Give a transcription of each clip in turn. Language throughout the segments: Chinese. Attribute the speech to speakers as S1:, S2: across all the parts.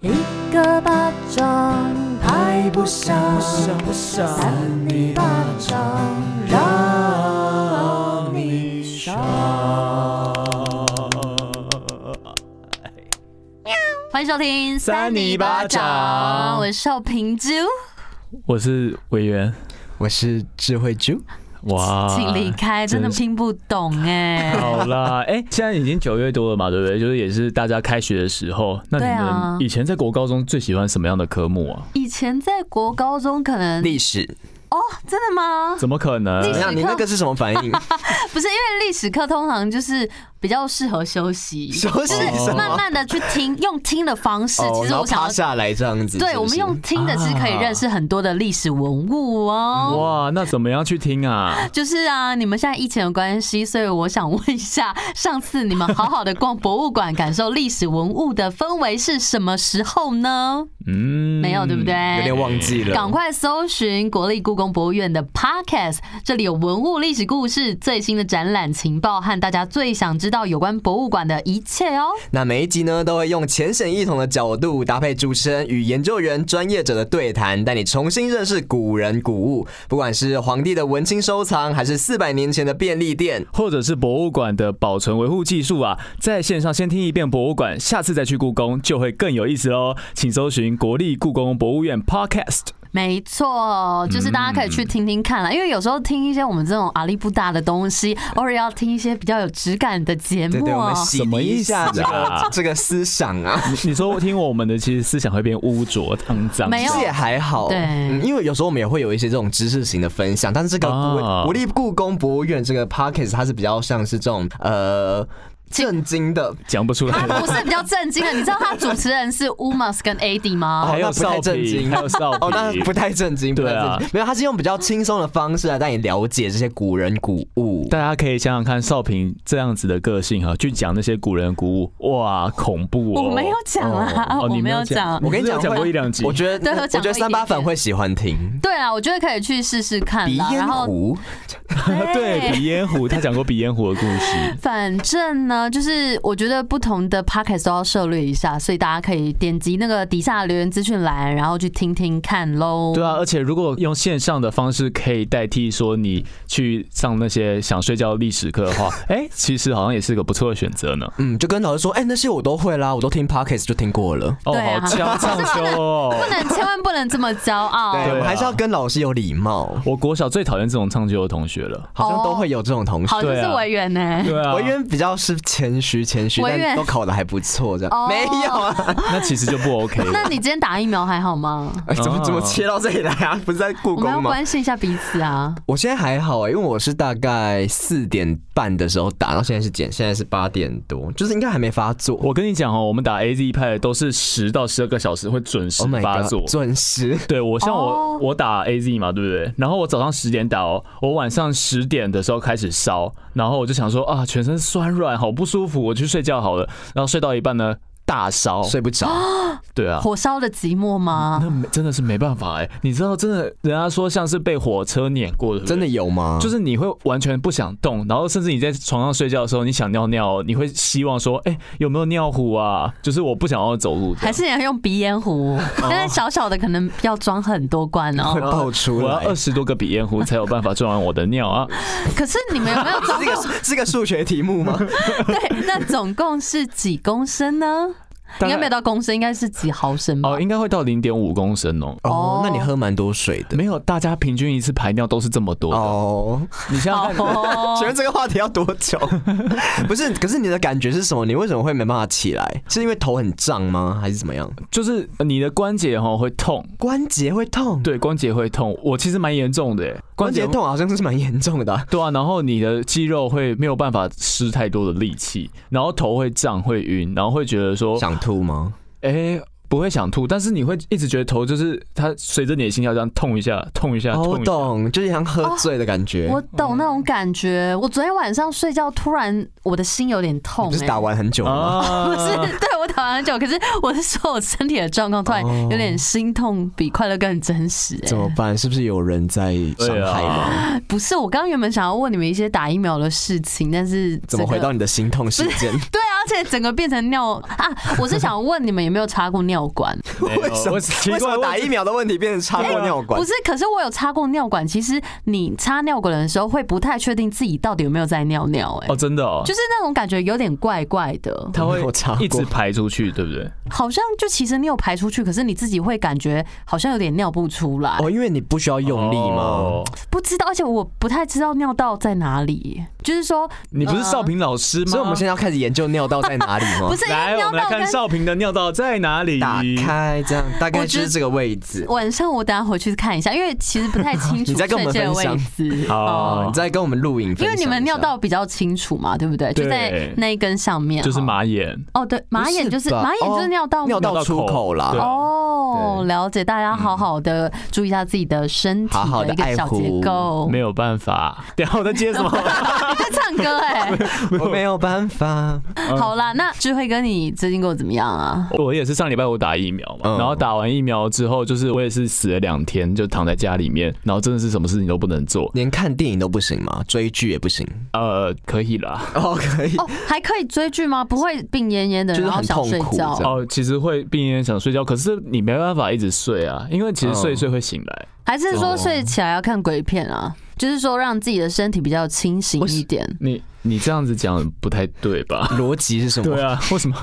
S1: 一个巴掌拍不响，三你巴掌让你爽。欢迎收听
S2: 三尼巴掌
S1: 我是邵平珠，
S2: 我是委员，
S3: 我是智慧猪，
S2: 哇，
S1: 请离开，真的
S2: 真是
S1: 听不懂哎、
S2: 好啦，哎、现在已经九月多了嘛，对不对？就是也是大家开学的时候，那你
S1: 对啊
S2: 们以前在国高中最喜欢什么样的科目啊？
S1: 以前在国高中可能
S3: 历史
S1: 哦，真的吗？
S2: 怎么可能？
S3: 怎么
S1: 史
S3: 样？
S1: 课
S3: 你那个是什么反 应？
S1: 不是，因为历史课通常就是比较适合休息，
S3: 休息
S1: 就是
S3: 什么
S1: 慢慢的去听，用听的方式。
S3: 哦
S1: 其，实
S3: 然
S1: 我
S3: 后
S1: 想
S3: 趴
S1: 要，
S3: 下来这样子。
S1: 对
S3: 是不
S1: 我们
S3: 是
S1: 用听的是可以认识很多的历史文物哦。
S2: 哇，那怎么样去听啊？
S1: 就是啊，你们现在疫情的关系，所以我想问一下，上次你们好好的逛博物馆，感受历史文物的氛围是什么时候呢？
S2: 嗯，
S1: 没有，对不对？
S3: 有点忘记了。
S1: 赶快搜寻国立故宫博物院的 Podcast，这里有文物、历史故事、最新的展览情报和大家最想知道有关博物馆的一切哦。
S3: 那每一集呢，都会用浅显易懂的角度，搭配主持人与研究员、专业者的对谈，带你重新认识古人古物，不管是皇帝的文青收藏，还是四百年前的便利店。
S2: 或者是博物馆的保存维护技术啊，在线上先听一遍博物馆，下次再去故宫就会更有意思哦。请搜寻国立故宫博物院 Podcast。
S1: 没错，就是大家可以去听听看啦，因为有时候听一些我们这种阿力不大的东西，偶尔要听一些比较有质感的节
S3: 对
S1: 目
S3: 对，我
S1: 哦
S3: 们。洗
S2: 什么
S3: 涤一
S2: 意思
S3: 下这
S2: 啊
S3: 个这个思想啊。
S2: 你说听我们的，其实思想会变污浊、肮脏。
S1: 没有
S3: 其实也还好，
S1: 对
S3: 嗯因为有时候我们也会有一些这种知识型的分享，但是这个国、
S2: 啊
S3: 国立故宫博物院这个 p o c k e t 它是比较像是这种呃震惊的，
S2: 讲不出来。
S1: 他不是比较震惊的，你知道他主持人是 Umas 跟 AD 吗？
S2: 还有
S3: 那不太
S2: 少
S3: 震
S2: 平
S3: 惊
S2: 还有少
S3: 哦，那
S2: 平
S3: 不太震惊，不太
S2: 对啊
S3: 震惊，没有，它是用比较轻松的方式来带你了解这些古人古物。
S2: 大家可以想想看，少平这样子的个性哈，去讲那些古人古物，哇，恐怖哦！
S1: 我没有讲啊
S2: 哦哦
S1: 我
S2: 你
S1: 没有
S2: 有
S1: 讲
S3: 我跟你
S2: 只有
S3: 讲，
S2: 讲过
S3: 会
S2: 一两集。
S3: 我觉得
S1: 对有
S3: 我
S1: 讲
S3: 觉
S1: 过
S3: 得
S1: 一
S3: 三八
S1: 点点
S3: 粉会喜欢听。
S1: 对啊，我觉得可以去试试看
S3: 鼻
S1: 啦。嗯然
S3: 烟
S1: 后
S3: 壶，
S2: 对鼻烟壶，他讲过鼻烟壶的故事。
S1: 反正呢，就是我觉得不同的 podcast 都要涉略一下，所以大家可以点击那个底下留言资讯栏，然后去听听看喽。
S2: 对啊，而且如果用线上的方式可以代替说你去上那些想睡觉的历史课的话，哎，其实好像也是个不错的选择呢。
S3: 嗯，就跟老师说，哎、那些我都会啦，我都听 podcast 就听过了。
S2: 哦，
S1: 对啊
S2: 好强唱修哦！
S1: 不能千万不能这么骄傲。
S3: 对，我
S2: 对啊
S3: 们还是要跟老师有礼貌，
S2: 我国小最讨厌这种唱修的同学了。
S3: 好
S1: 哦
S3: 像都会有这种同学。
S1: 好，就是委员呢、
S2: 对啊，
S3: 文渊比较是谦虚，谦虚，
S1: 文渊
S3: 但都考的还不错，这
S1: 哦
S3: 样没有啊？
S2: 那其实就不 OK 了。
S1: 那你今天打疫苗还好吗？
S3: 哎怎么
S2: 哦
S3: 怎么切到这里来啊？不是在故
S1: 我们要
S3: 宫吗？
S1: 关心一下彼此啊。
S3: 我现在还好、欸，因为我是大概四点半的时候打，到现在是减，现在是八点多，就是应该还没发作。
S2: 我跟你讲哦，我们打 AZ 派的都是十到十二个小时会准时
S3: Oh my
S2: 发作。
S3: god，准时。
S2: 对我像我、
S1: 哦
S2: 我打 AZ 嘛，对不对？然后我早上十点打哦，我晚上十点的时候开始烧，然后我就想说啊，全身酸软，好不舒服，我去睡觉好了。然后睡到一半呢，大烧。
S3: 睡不着，
S2: 对啊，
S1: 火烧的寂寞吗？
S2: 那没真的是没办法哎、你知道，真的人家说像是被火车碾过的，对不对
S3: 真的。啊有吗？
S2: 就是是你会完全不想动，然后甚至你在床上睡觉的时候，你想尿尿，哦你会希望说，哎、有没有尿壶啊？就是我不想要走路这样，
S1: 还是你要用鼻烟壶？
S3: 哦
S1: 但是小小的可能要装很多罐哦
S3: 会。爆出
S2: 我要
S3: 来
S2: 二。十多个鼻烟壶才有办法装完我的尿啊！
S1: 可是你们有没有装
S3: 这个
S1: 过？
S3: 是这个数学题目吗？
S1: 对， 那总共是几公升呢？应该没有
S2: 大
S1: 到公升，应该是几毫升
S2: 概
S1: 吧
S3: 嗯
S2: 哦，？应该会到零点五公升 哦。
S1: 哦
S3: 哦，那你喝蛮多水的。
S2: 没有，大家平均一次排尿都是这么多的。
S3: 哦，
S2: 你想想看，
S1: 哦
S3: 请问这个话题要多久？不是，可是你的感觉是什么？你为什么会没办法起来？是因为头很胀吗？还是怎么样？
S2: 就是呃你的关节哈会痛，
S3: 关节会痛，
S2: 对，关节会痛。我其实蛮严重的耶，
S3: 关节。痛好像是蛮严重的啊、
S2: 对啊，然后你的肌肉会没有办法施太多的力气，然后头会胀、会晕，然后会觉得说，
S3: 想吐吗？
S2: 哎、不会想吐，但是你会一直觉得头就是它随着你的心跳这样痛一下、痛一下、
S3: 哦，我
S2: 痛一下。
S3: 懂，就是像喝醉的感 觉。
S1: 哦我懂那种感觉。我昨天晚上睡觉，突然我的心有点痛、
S3: 你不是
S1: 哎
S3: 打完很久吗？
S2: 啊，
S1: 不是，对我台湾很久，可是我是说我身体的状况突然
S2: 哦
S1: 有点心痛，比快乐更真实、欸。
S3: 怎么办？是不是有人在伤害吗？
S1: 不是，我刚刚原本想要问你们一些打疫苗的事情，但是、
S3: 怎么回到
S1: 你？
S3: 你的心痛事件？
S1: 对啊，而且整个变成尿啊！我是想问你们有没有插过尿管？
S2: 没有
S3: 什么
S2: 我奇
S3: 为什
S2: 怪
S3: 么
S2: 我
S3: 打疫苗的问题变成插过尿管
S1: 不？是，可是我有插过尿管。其实你插尿管的时候，会不太确定自己到底有没有在尿尿、哎、
S2: 哦，真的哦，
S1: 就是那种感觉有点怪怪 的，
S2: 它会
S3: 我查
S2: 一直
S3: 过
S2: 排出去，对不对？
S1: 好像就其实你有排出去，可是你自己会感觉好像有点尿哎不出来，
S3: 哦，因为你不需要用力吗？
S2: 哦？
S1: 不知道，而且我不太知道尿道在哪里，就是说
S2: 你不是少平老师吗？
S3: 所以我们现在要开始研究尿道在哪里吗
S1: 不？是因
S2: 来，
S1: 为
S2: 我
S1: 尿
S2: 们来
S1: 道
S2: 看
S1: 跟。
S2: 少平的尿道在哪里？
S3: 打开这样，大概
S1: 我
S3: 就
S1: 觉得
S3: 是这个位置。
S1: 晚上我等下回去看一下，因为其实不太清楚
S3: 你再跟我们
S1: 确切的
S3: 分享
S1: 位置。
S2: 好
S3: 哦，你在跟我们录影分享
S1: 因
S3: 一下，
S1: 为你们尿道比较清楚嘛，对不对？
S2: 对
S1: 就在那一根上面，
S2: 就是
S1: 哈
S2: 马眼，
S1: 哦，对，马眼就是
S3: 不吧
S1: 马眼就是尿道
S3: 哦
S1: 嘛
S3: 尿道
S2: 道
S3: 出
S2: 口
S3: 口啦。
S2: 对
S1: 哦，了解，大家好好的注意一下自己的身体
S3: 好好地
S1: 一个
S3: 爱
S1: 小结
S3: 护
S1: 构。
S2: 没有办 法。等一下我在接什么？
S1: 你在唱歌哎，
S3: 我没有办法，
S1: 好啦，那智慧哥你最近过得怎么样啊？
S2: 我也是上礼拜我打疫苗嘛，
S3: 嗯
S2: 然后打完疫苗之后，就是我也是死了两天，就躺在家里面，然后真的是什么事情都不能做。
S3: 连看电影都不行吗？追剧也不行？
S2: 呃，可以啦。
S3: 哦，可以。
S1: 哦，还可以追剧吗？不会病恹恹的，
S3: 就是
S1: 然后
S3: 很
S1: 想睡
S3: 痛苦
S1: 觉
S3: 这。样
S2: 哦，其实会病恹恹想睡觉，可是你没办法一直睡啊，因为其实睡一睡会醒来。
S3: 嗯
S1: 还是说睡起来要看鬼片啊？就是说让自己的身体比较清醒一点。
S2: 你你这样子讲不太对吧？
S3: 逻辑是什么
S2: 对？啊， 为什么？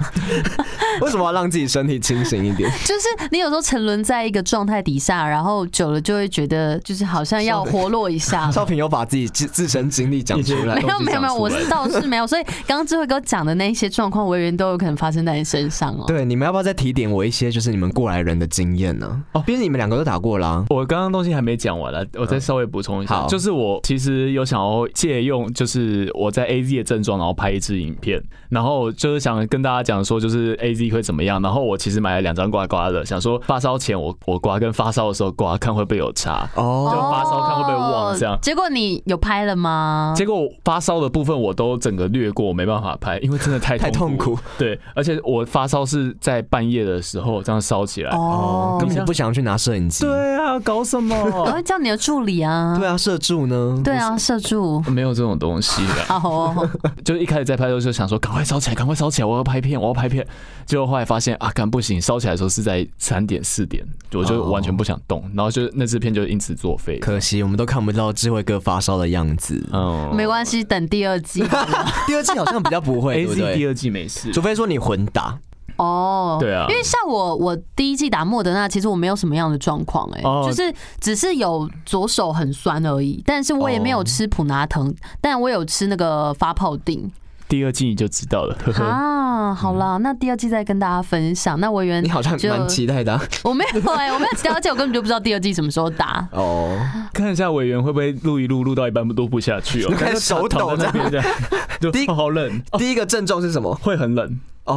S3: 为什么要让自己身体清醒一 点？
S1: 就是你有时候沉沦在一个状态底下，然后久了就会觉得，就是好像要活络一下。
S3: 少平有把自己自自身经历讲出来
S1: 没，有
S2: 东西
S1: 没有没
S2: 长
S1: 有，
S2: 出
S1: 我
S2: 来
S1: 是倒是没有。所以刚刚智慧哥讲的那一些状况，我以为都有可能发生在你身上 哦。
S3: 对，你们要不要再提点我一些就是你们过来人的经验呢？哦，毕竟你们两个都打过啦、
S2: 我刚刚东西还没讲完了，啊我再稍微补充一下，
S3: 好
S2: 就是我其实有想要借用，就是我在 A Z 的症状，然后拍一支影片，然后就是想跟大家讲说，就是 A Z 会怎么样。然后我其实买了两张刮刮乐，想说发烧前我我刮，跟发烧的时候刮，看会不会有差。
S3: 哦，
S2: 就发烧看会不会忘这样
S1: 哦结果你有拍了吗？
S2: 结果发烧的部分我都整个略过，我没办法拍，因为真的太
S3: 太
S2: 痛
S3: 痛苦。，
S2: 对，而且我发烧是在半夜的时候这样烧起来。
S1: 哦
S3: 根，本就不想去拿摄影机。
S2: 对啊，搞什
S1: 我
S2: 么？
S1: 会叫你的助理啊。
S3: 对啊，社助呢？
S1: 对啊，社助。
S2: 没有这种东西的。
S1: 好 哦，
S2: 就是一开始在拍的时候就想说，赶快烧起来，赶快烧起来，我要拍片，我要拍片。结果后来发现啊，干不行，烧起来的时候是在三点四点，我就
S3: 哦
S2: 完全不想动，然后就那支片就因此作废。
S3: 可惜我们都看不到智慧哥发烧的样子。
S2: 嗯
S1: 没关系，等第二季。
S3: 第二季好像比较不会，
S2: ，A
S3: 对不哎
S2: Z 第
S3: 对？
S2: 二季没事
S3: 除。非说你混打，
S1: 哦，
S2: 对啊
S1: 因为像我，我第一季打莫德纳，其实我没有什么样的状况，哎，
S2: 哦
S1: 就是只是有左手很酸而已，但是我也
S2: 哦
S1: 没有吃普拿疼，但我有吃那个发泡定。
S2: 第二季你就知道了，呵呵。
S1: 啊，好啦，那第二季再跟大家分享。那我原
S3: 嗯你好像
S1: 就
S3: 蛮期待的啊、
S1: 我没有哎、我没有期待，而且我根本就不知道第二季什么时候打。
S3: 哦。
S2: 看一下委员会不会录一录，录到一半录不下去哦，
S3: 开始手抖
S2: 躺在那边这样， 就
S3: 第一
S2: 哦好冷，
S3: 第一个症状是什么？
S2: 会很冷
S3: 哦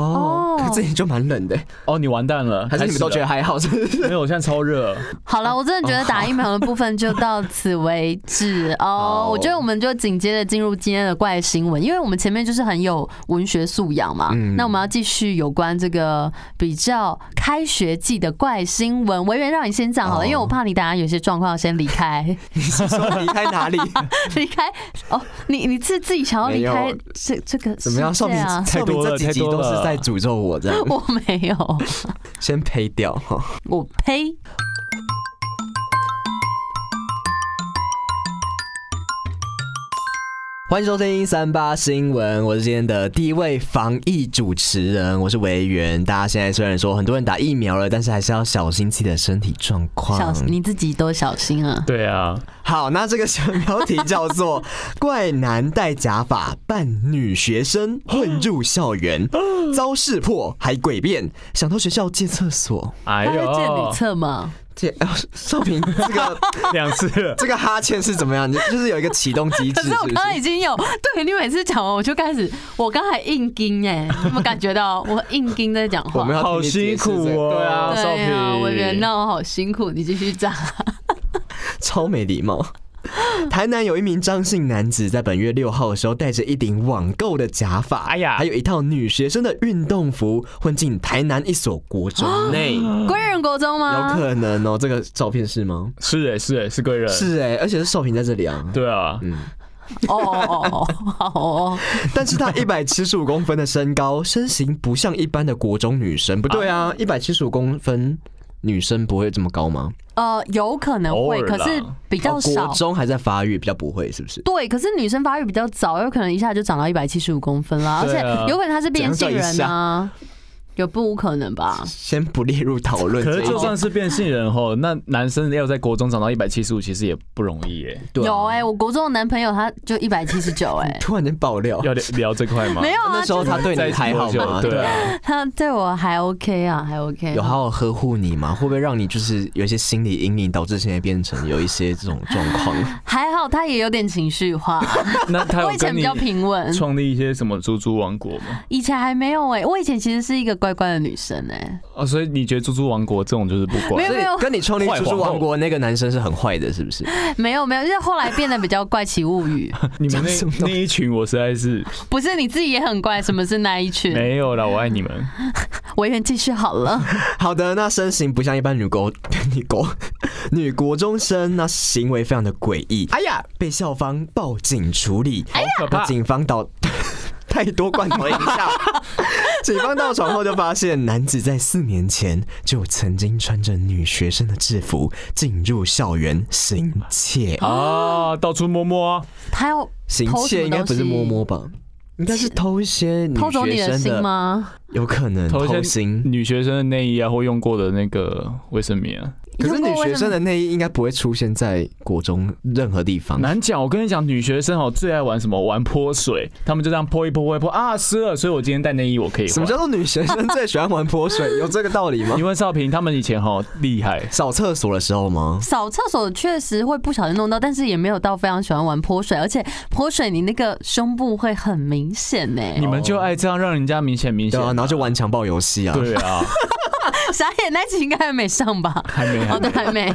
S1: 哦，
S3: 可这里就蛮冷的，
S2: 哦，你完蛋了，
S3: 还是你们都觉得
S2: 开
S3: 还好？是不
S2: 始了
S3: 是？
S2: 没有？我现在超热，
S1: 好
S3: 哦
S1: 了，我真的觉得打疫苗的部分就到此为止哦
S3: 好。
S1: 我觉得我们就紧接着进入今天的怪新闻，因为我们前面就是很有文学素养嘛。
S3: 嗯
S1: 那我们要继续有关这个比较开学季的怪新闻。委员让你先讲好了，
S3: 哦
S1: 因为我怕你等下有些状况先离 开，
S3: 你是说离开哪里？
S1: 离开哦。你你是自己想要离
S3: 没
S1: 开
S3: 有
S1: 这这个
S3: 怎么样？
S1: 世
S3: 少
S1: 界
S3: 平，
S1: 啊？
S3: 少平这几集都是在诅咒我这样，
S1: 我没有，
S3: 先呸掉哈。
S1: 我呸。
S3: 欢迎收听三八新闻，我是今天的第一位防疫主持人，我是维园。大家现在虽然说很多人打疫苗了，但是还是要小心自己的身体状
S1: 小
S3: 况。
S1: 你自己多小心啊！
S2: 对啊，
S3: 好，那这个小标题叫做 “怪男戴假发扮女学生 混入校园，遭识破还诡辩，想到学校借厕所
S2: 哎
S1: 他是见女
S2: 呦，
S1: 厕吗？
S3: 借” 呃。少平，这个
S2: 两次了
S3: 这个哈欠是怎么样？就是有一个启动机制，
S1: 可
S3: 是
S1: 是我
S3: 不
S1: 刚刚已
S3: 是？
S1: 经有，对你每次讲完我就开始，我刚才硬盯哎、你有没有感觉到我硬盯在讲
S3: 我
S1: 话
S3: 们？要
S2: 好
S3: 听你解
S2: 辛
S3: 释
S2: 苦
S3: 这个
S2: 哦，
S3: 对啊，
S2: 少
S1: 对
S2: 平，
S1: 我觉得那我好辛苦，你继续讲。
S3: 超没礼貌。台南有一名张姓男子，在本月六号的时候，戴着一顶网购的假发，
S2: 哎呀
S3: 还有一套女学生的运动服，混进台南一所国中内，
S2: 啊
S3: 有
S1: 归人国中吗？
S3: 可能哦。这个照片是吗？
S2: 是哎、是哎、是贵人，
S3: 是哎、而且是少平在这里啊。
S2: 对啊，
S1: 哦哦哦哦好哦，
S3: 但是她一百七十五公分的身高，身形不像一般的国中女生。不对啊，一百七十五公分女生不会这么高吗？
S1: 呃，有可能会，
S2: 偶尔
S1: 可
S2: 啦
S1: 是比较
S3: 哦
S1: 少
S3: 国。中还在发育，比较不会，是不是？
S1: 对，可是女生发育比较早，有可能一下就长到一百七十五公分啦，而
S2: 对
S1: 且
S2: 啊
S1: 有可能她是变性
S3: 怎样叫一
S1: 人
S3: 下
S1: 啊，有不无可能吧？
S3: 先不列入讨论
S2: 可
S3: 这
S2: 是
S3: 一
S2: 就
S3: 点。
S2: 算是变性人后，那男生要在国中长到一百七十五，其实也不容易耶、
S3: 对啊
S1: 有哎、我国中的男朋友他就一百七十九 哎，
S3: 突然间爆料，
S2: 要聊聊这块吗？
S1: 没有啊
S3: 那时，候他对
S2: 啊在
S3: 你
S2: 一起
S3: 还好
S2: 多久
S3: 吗？
S2: 哦对
S3: 啊
S2: 啊，
S1: 他对我还 OK 啊，还 OK 啊。
S3: 有好好呵护你吗？会不会让你就是有一些心理阴影，导致现在变成有一些这种状况？
S1: 还好他也有点情绪 化，
S2: 那他
S1: 我
S2: 有
S1: 以前
S2: 跟
S1: 比
S2: 你
S1: 较平稳，
S2: 创立一些什么猪猪王国吗？
S1: 以前还没有哎、我以前其实是一个乖乖的女生哎、
S2: 哦，所以你觉得猪猪王国这种就是不管
S1: 没有
S3: 所以跟你创立
S2: 坏
S3: 猪猪
S2: 皇后
S3: 王国那个男生是很坏的，是不是？
S1: 没有没有，就是后来变得比较怪奇物 语，
S2: 你们
S3: 讲什么
S2: 那
S3: 东
S2: 那一群，我实在是
S1: 不是你自己也很怪，什么是那一群？
S2: 没有啦，我爱你 们。
S1: 委员继续好了，
S3: 好的，那身形不像一般女国 女国女国中生，那行为非常的诡异。哎呀，被校方报警处理。哎呀，
S2: 啊
S3: 那警方到 太多罐头影响。 警方到场后就发现，男子在四年前就曾经穿着女学生的制服进入校园行窃。
S2: 啊，到处摸摸啊，
S1: 他要
S3: 行
S1: 偷什么
S3: 窃应该不是
S1: 东西
S3: 摸摸吧？应该是偷一些女
S1: 偷走你
S3: 学
S1: 的
S3: 生
S1: 心
S3: 的，
S1: 吗？
S3: 有可能
S2: 偷一些
S3: 偷心。
S2: 女学生的内衣啊，或用过的那个卫生棉啊，
S3: 可是
S1: 如果
S3: 女
S1: 我
S3: 学
S1: 什
S3: 生
S1: 么
S3: 的内衣应该不会出现在国中任何地方。
S2: 难讲。我跟你讲，女学生哦最爱玩什么？玩泼水，她们就这样泼一泼，泼一泼啊，湿了。所以我今天带内衣，我可以换。
S3: 什么叫做女学生最喜欢玩泼水？有这个道理吗
S2: 你？问少平，他们以前哦哈厉害，
S3: 扫厕所的时候吗？
S1: 扫厕所确实会不小心弄到，但是也没有到非常喜欢玩泼水，而且泼水你那个胸部会很明显欸呢、
S2: 你们就爱这样让人家明显明
S3: 对
S2: 显。
S3: 啊，然后就玩强暴游戏啊。
S2: 对啊，
S1: 傻眼那集应该还没上 吧？
S2: 还没还没
S1: 哦，对，还没。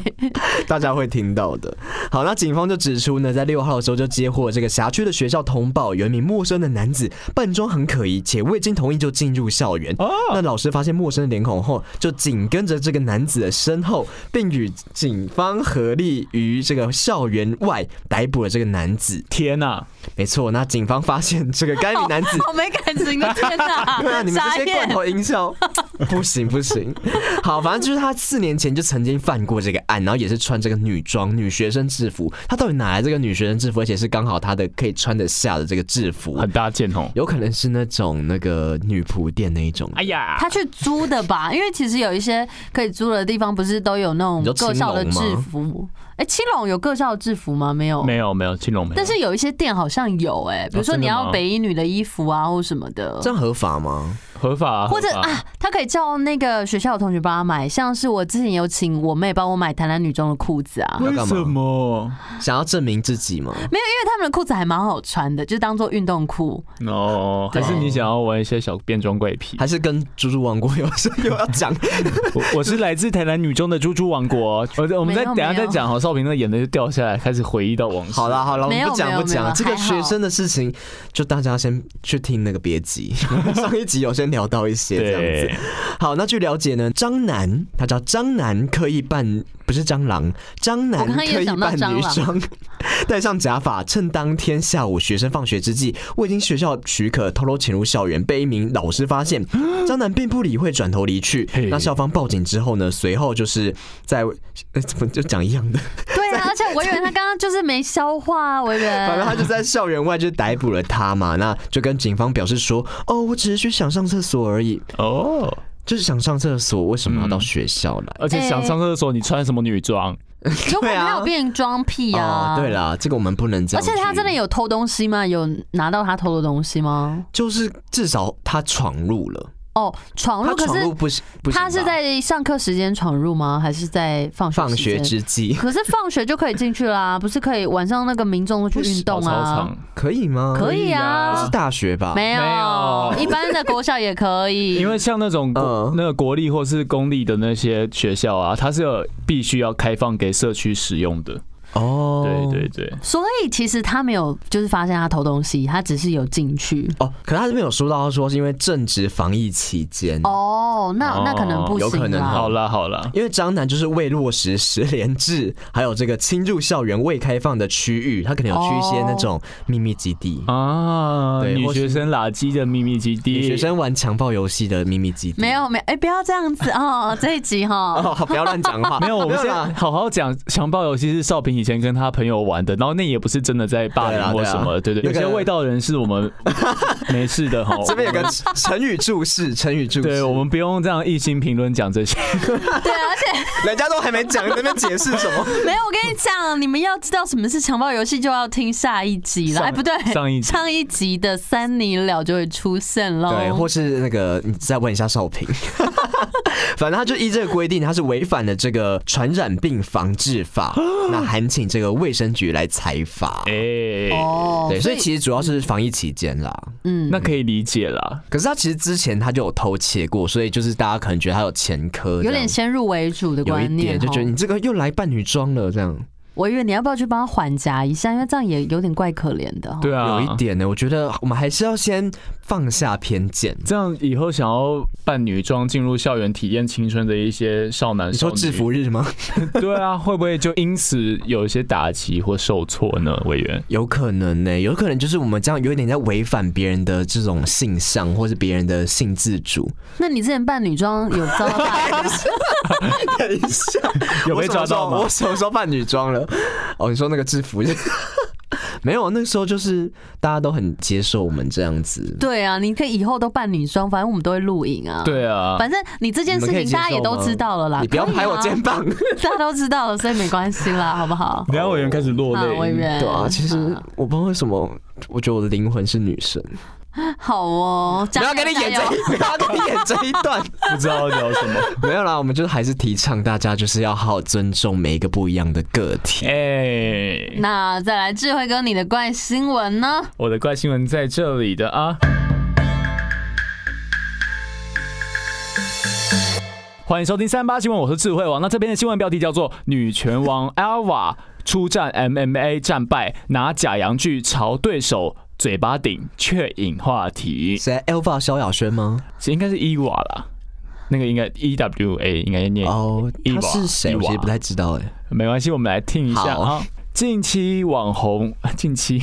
S3: 大家会听到的。好，那警方就指出呢，在六号的时候就接获这个辖区的学校通报，有一名陌生的男子扮装很可疑，且未经同意就进入校园。那老师发现陌生的脸孔后，就紧跟着这个男子的身后，并与警方合力于这个校园外逮捕了这个男子。
S2: 天呐、
S3: 没错，那警方发现这个该名男子
S1: 好没感情的天哪！
S3: 对啊，你 们
S1: 傻
S3: 这些罐
S1: 眼。
S3: 头音 效不行不行。好，反正就是他四年前就曾经犯过这个案，然后也是穿这个女装女学生制服。他到底哪来这个女学生制服？而且是刚好他的可以穿得下的这个 制服，
S2: 很大件哦。
S3: 有可能是那种那个女仆店那一种。
S1: 哦
S2: 哎呀，
S1: 他去租的吧，因为其实有一些可以租的地方，不是都有那种
S3: 你说
S1: 各校的
S3: 青龙
S1: 制
S3: 吗
S1: 服？哎、青龙有各校的制服吗？没有，
S2: 没有没有，青龙没有。
S1: 但是有一些店好像有哎、
S3: 哦
S1: 比如说
S2: 真的
S1: 你要
S2: 吗
S1: 北一女的衣服啊，或什么的，
S3: 这样合法吗？
S2: 合法、啊，
S1: 或者
S2: 合法
S1: 啊，他可以叫那个学校的同学帮他买，像是我之前有请我妹帮我买台南女中的裤子啊，
S3: 要
S2: 为
S3: 干嘛
S2: 什么？
S3: 想要证明自己吗？
S1: 没有，因为他们的裤子还蛮好穿的，就当做运动裤。
S2: 哦，还是你想要玩一些小变装怪癖？
S3: 还是跟猪猪王国有 什么要讲？
S2: 我我是来自台南女中的猪猪王国哦，我我们
S1: 没
S2: 再
S1: 有
S2: 等一下
S1: 没有
S2: 再讲。郝哦少平那演的就掉下来，开始回忆到往事。
S3: 好啦好啦，我
S1: 没
S3: 们
S1: 有
S3: 不讲不
S1: 没有没有
S3: 讲这个
S1: 还好
S3: 学生的事情，就大家先去听那个别急。 上一集有先聊到一些这样子
S2: 对。，
S3: 好，那据了解呢，张楠，他叫张楠，刻意扮不是蟑螂，张楠
S1: 我刚刚
S3: 刻
S1: 也
S3: 意
S1: 想到
S3: 扮女
S1: 蟑
S3: 装，戴上假发，趁当天下午学生放学之际，未经学校许可偷偷潜入校园，被一名老师 发现。张楠并不理会，转头离去
S2: 嘿。
S3: 那校方报警之后呢，随后就是在 呃怎么就讲一样的，
S1: 对啊，而且我以为他刚刚就是没消化啊，维园。
S3: 反正他就在校园外就逮捕了他嘛，那就跟警方表示说，哦，我只是去想上厕所而已，
S2: 哦，
S3: 就是想上厕所，为什么要到
S2: 嗯
S3: 学校来？
S2: 而且想上厕所，你穿什么女装？
S1: 就
S3: 对
S1: 管
S3: 啊
S1: 他有变装癖啊。
S3: 哦，对。啦，这个我们不能这
S1: 而
S3: 样去。
S1: 且他真的有偷东西吗？有拿到他偷的东西吗？
S3: 就是至少他闯入了，
S1: 哦，闯入，
S3: 他
S1: 可
S3: 闯入
S1: 是
S3: 不是不行吧
S1: 他是在上课时间闯入吗？还是在放学？
S3: 放学。之际，
S1: 可是放学就可以进去 啦，不是可以晚上那个民众都去运动
S2: 跑操
S1: 啊
S2: 场？，
S3: 可以吗？
S1: 可以
S3: 这
S1: 啊
S3: 是，大学吧？
S2: 没
S1: 没有
S2: 有，
S1: 一般的国校也可 以。
S2: 因为像那种国
S3: 嗯
S2: 那个国立或是公立的那些学校啊，它是有必须要开放给社区使用的。
S3: 哦，
S2: 对对对，
S1: 所以其实他没有就是发现他偷东西，他只是有进去。
S3: 哦，可是他这边有说到，他说是因为正值防疫期间，
S1: 哦，那那可能不
S3: 有可
S1: 行啊
S3: 能
S1: 啦。
S2: 好啦好啦，
S3: 因为张南就是未落实十连制，还有这个侵入校园未开放的区域，他可能有去一些那种秘密基地，
S2: 啊，
S3: 对
S2: 女
S3: 或
S2: 学
S3: 是
S2: 生垃圾的秘密基地，
S3: 女学生玩强暴游戏的秘密基地。
S1: 没有没有，哎、不要这样子哦，这一集哈，
S3: 哦，不要乱讲话。
S2: 没 有，我们
S3: 没
S2: 先
S3: 啦。
S2: 好好讲强暴游戏是少平以前跟他朋友玩的，然后那也不是真的在霸
S3: 对
S2: 凌
S3: 啦
S2: 或
S3: 对啦啊
S2: 什么，对对，有
S3: 那
S2: 些
S3: 个
S2: 味道的人是我们 没事的哈。
S3: 哦这边有
S2: 我
S3: 个
S2: 们
S3: 成语注释，成语注释，
S2: 对我们不用这样一心评论讲这 些。
S1: 对，而且
S3: 人家都还没讲，你在那边解释什么？
S1: 没有，我跟你讲，你们要知道什么是强暴游戏，就要听下一集了。
S2: 上
S1: 哎，不对，
S2: 上一集
S1: 上一集的三尼了就会出现喽。
S3: 对，或是那个你再问一下少平。 反正他就依这个规定，他是违反了这个传染病防治 法，那还请这个卫生局来裁罚。
S2: 哎，
S1: 哦，
S3: 对，所以其实主要是防疫期间啦。
S1: 嗯，
S2: 那可以理解啦。
S3: 可是他其实之前他就有偷窃过，所以就是大家可能觉得他有前科，
S1: 有点先入为主的
S3: 有一
S1: 观念
S3: 点
S1: 哦，
S3: 就觉得你这个又来扮女装了这样，
S1: 我以为你要不要去帮他缓夹一下，因为这样也有点怪可怜的哦。
S2: 对啊，
S3: 有一点呢。我觉得我们还是要先放下偏见。
S2: 这样以后想要扮女装进入校园体验青春的一些少男
S3: 你
S2: 少
S3: 说
S2: 女，
S3: 制服日吗？
S2: 对啊，会不会就因此有一些打击或受挫呢？委员，
S3: 有可能呢、有可能就是我们这样有点在违反别人的这种性向，或是别人的性自 主。
S1: 那你之前扮女装有遭到打 压吗？
S3: 等一下，
S2: 有被抓到吗
S3: 我什么时候我什么时候扮女装了？ 哦，你说那个制服 日？没有，那时候就是大家都很接受我们这样子。
S1: 对啊，你可以以后都扮女装，反正我们都会录影啊。，
S2: 对啊，
S1: 反正你这件事
S3: 你们可以
S1: 情
S3: 接受吗
S1: 大家也都知道了啦。
S3: 你不要
S1: 可以啊
S3: 拍我肩，膀，
S1: 大家都知道了，所以没关系 啦，好不好？
S2: 等一下委员开始落
S1: 啊，
S2: 泪，
S1: 委员，
S3: 对啊，其实我不知道为什么，我觉得我的灵魂是女神。
S1: 好哦，
S3: 不
S1: 加油
S3: 要跟你演这
S1: 加油
S3: 一，不 要跟你演这一段。
S2: 不知道聊什么。
S3: 没有啦，我们就是还是提倡大家就是要好好尊重每一个不一样的个体。
S2: 哎，
S1: 那再来智慧哥，你的怪新闻呢？
S2: 我的怪新闻在这里的啊。欢迎收听三八新闻，我是智慧王。那这边的新闻标题叫做《女拳王 Alva 出战 MMA 战败，拿假洋剧朝对手嘴巴顶，却引话题》，
S3: 谁？Elva 萧亚轩吗？
S2: 这应该是伊娃啦。那个应该 E W A 应该念
S3: 哦，
S2: 伊
S3: 他
S2: 娃
S3: 是谁？
S2: 伊
S3: 我
S2: 娃
S3: 其实不太知道哎。
S2: 没关系，我们来听一下
S3: 好
S2: 啊。近期网红，近期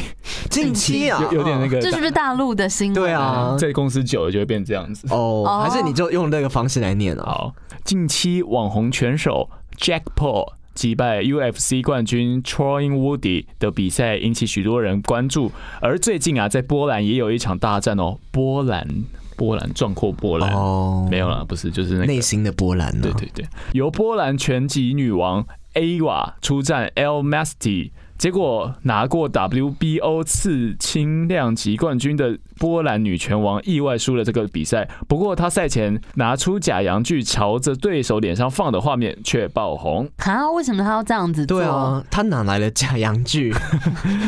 S3: 近期啊，
S2: 有有点那个，
S1: 这是不是大陆的新闻？
S3: 对啊。
S2: 在公司久了就会变这样子。
S3: 哦，还是你就用那个方式来念啊？
S2: 好，近期网红拳手 Jack Paul 击败 UFC 冠军 Troy Woody 的比赛引起许多人关注，而最近啊，在波兰也有一场大战哦，波兰，波兰壮阔波兰，
S3: 哦，
S2: 没有啦，不是，就是那个
S3: 内心的波澜啊呢
S2: 对？对对，由波兰拳击女王 Ava 出战 L Masty，结果拿过 WBO 次轻量级冠军的波兰女拳王意外输了这个比赛。不过她赛前拿出假洋剧朝着对手脸上放的画面却爆红，
S1: 啊，为什么他要这样子做？
S3: 对啊，他哪来的假洋剧？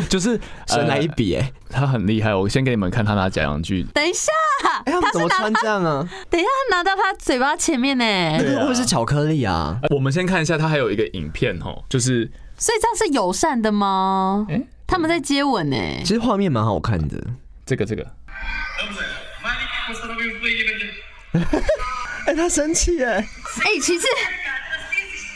S2: 就是
S3: 神来一
S2: 呃
S3: 笔哎！
S2: 她很厉害。我先给你们看她拿假洋剧，
S1: 等一下，
S3: 哎，他们怎么穿这样啊？
S1: 等一下，他拿到他嘴巴前面呢，
S3: 那
S2: 对啊
S3: 个哎会不会是巧克力啊？
S2: 我们先看一下她还有一个影片哦，就是
S1: 所以这样是友善的吗
S2: 诶？
S1: 他们在接吻呢。
S3: 其实画面蛮好看的。
S2: 这个这个，
S4: Dobrze, Malik postanowił tutaj nie będzie.
S3: 哎，他生气哎！
S1: 哎、其实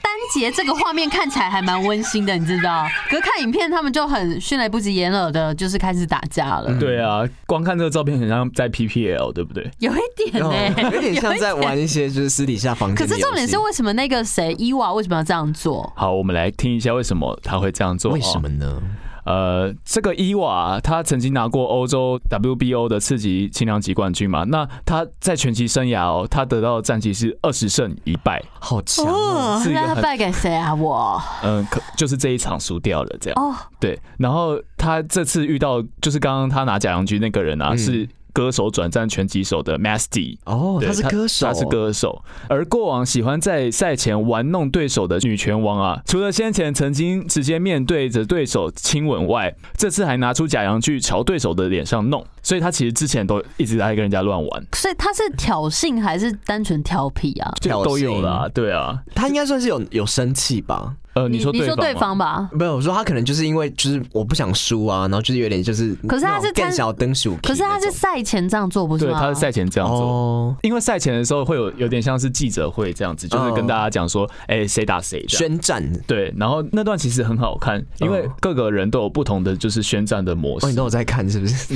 S1: 丹杰这个画面看起来还蛮温馨的，你知道？可是看影片，他们就很迅雷不及掩耳的，就是开始打架
S3: 嗯
S1: 了，
S2: 对啊，光看这个照片很像在 PPL，对不对？
S1: 有一点呢、
S3: 哦有点像在玩一些就是私底下房
S1: 可
S3: 间的游
S1: 是
S3: 戏。
S1: 重点是，为什么那个谁伊娃为什么要这样做？
S2: 好，我们来听一下为什么她会这样做、哦。
S3: 为什么呢？
S2: 呃，这个伊娃她曾经拿过欧洲 WBO 的次级轻量级冠军嘛？那她在拳击生涯哦，她得到的战绩是二十胜一败，
S3: 好强哦！
S2: 是一个
S1: 让他
S2: 很
S1: 败给谁啊？我
S2: 嗯，可就是这一场输掉了这样。
S1: 哦，
S2: 对，然后她这次遇到就是刚刚她拿假洋菊那个人啊，
S3: 嗯
S2: 是歌手转战拳击手的 Masty。
S3: 哦，
S2: 对
S3: 他是歌手，
S2: 她是歌手。而过往喜欢在赛前玩弄对手的女拳王啊，除了先前曾经直接面对着对手亲吻外，这次还拿出假洋去朝对手的脸上弄，所以她其实之前都一直在跟人家乱玩，
S1: 所以他是挑衅还是单纯调皮啊？
S2: 就
S3: 挑衅
S2: 都有啦，对啊。
S3: 他应该算是有有生气吧？
S2: 呃，
S1: 你
S2: 说
S1: 你
S2: 对
S1: 说对
S2: 方吗？
S1: 方吧。
S3: 没有，我说他可能就是因为就是我不想输啊，然后就是有点就是，
S1: 可是他是
S3: 更
S1: 参
S3: 小灯鼠，
S1: 可是他是赛前这样做，不是
S2: 对，
S1: 吗？
S2: 他是赛前这样做。
S3: 哦，
S2: 因为赛前的时候会有有点像是记者会这样子，就是跟
S3: 嗯
S2: 大家讲说，哎、谁打谁这样
S3: 宣战
S2: 对，然后那段其实很好看，因为
S3: 嗯
S2: 各个人都有不同的就是宣战的模式
S3: 哦，你。都有在看是不 是？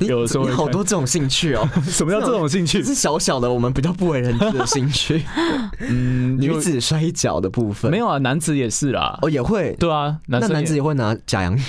S3: 你
S2: 有的时候
S3: 你
S2: 会
S3: 好
S2: 看
S3: 多这种兴趣 哦，
S2: 什么叫这种兴趣
S3: 这？是小小的我们比较不为人知的兴趣，
S2: 嗯，
S3: 女
S2: 就
S3: 子摔跤的部分
S2: 没有啊，男子也是啦。
S3: 哦也会，
S2: 对啊，男
S3: 那
S2: 生
S3: 男子
S2: 也
S3: 也会拿假洋芋，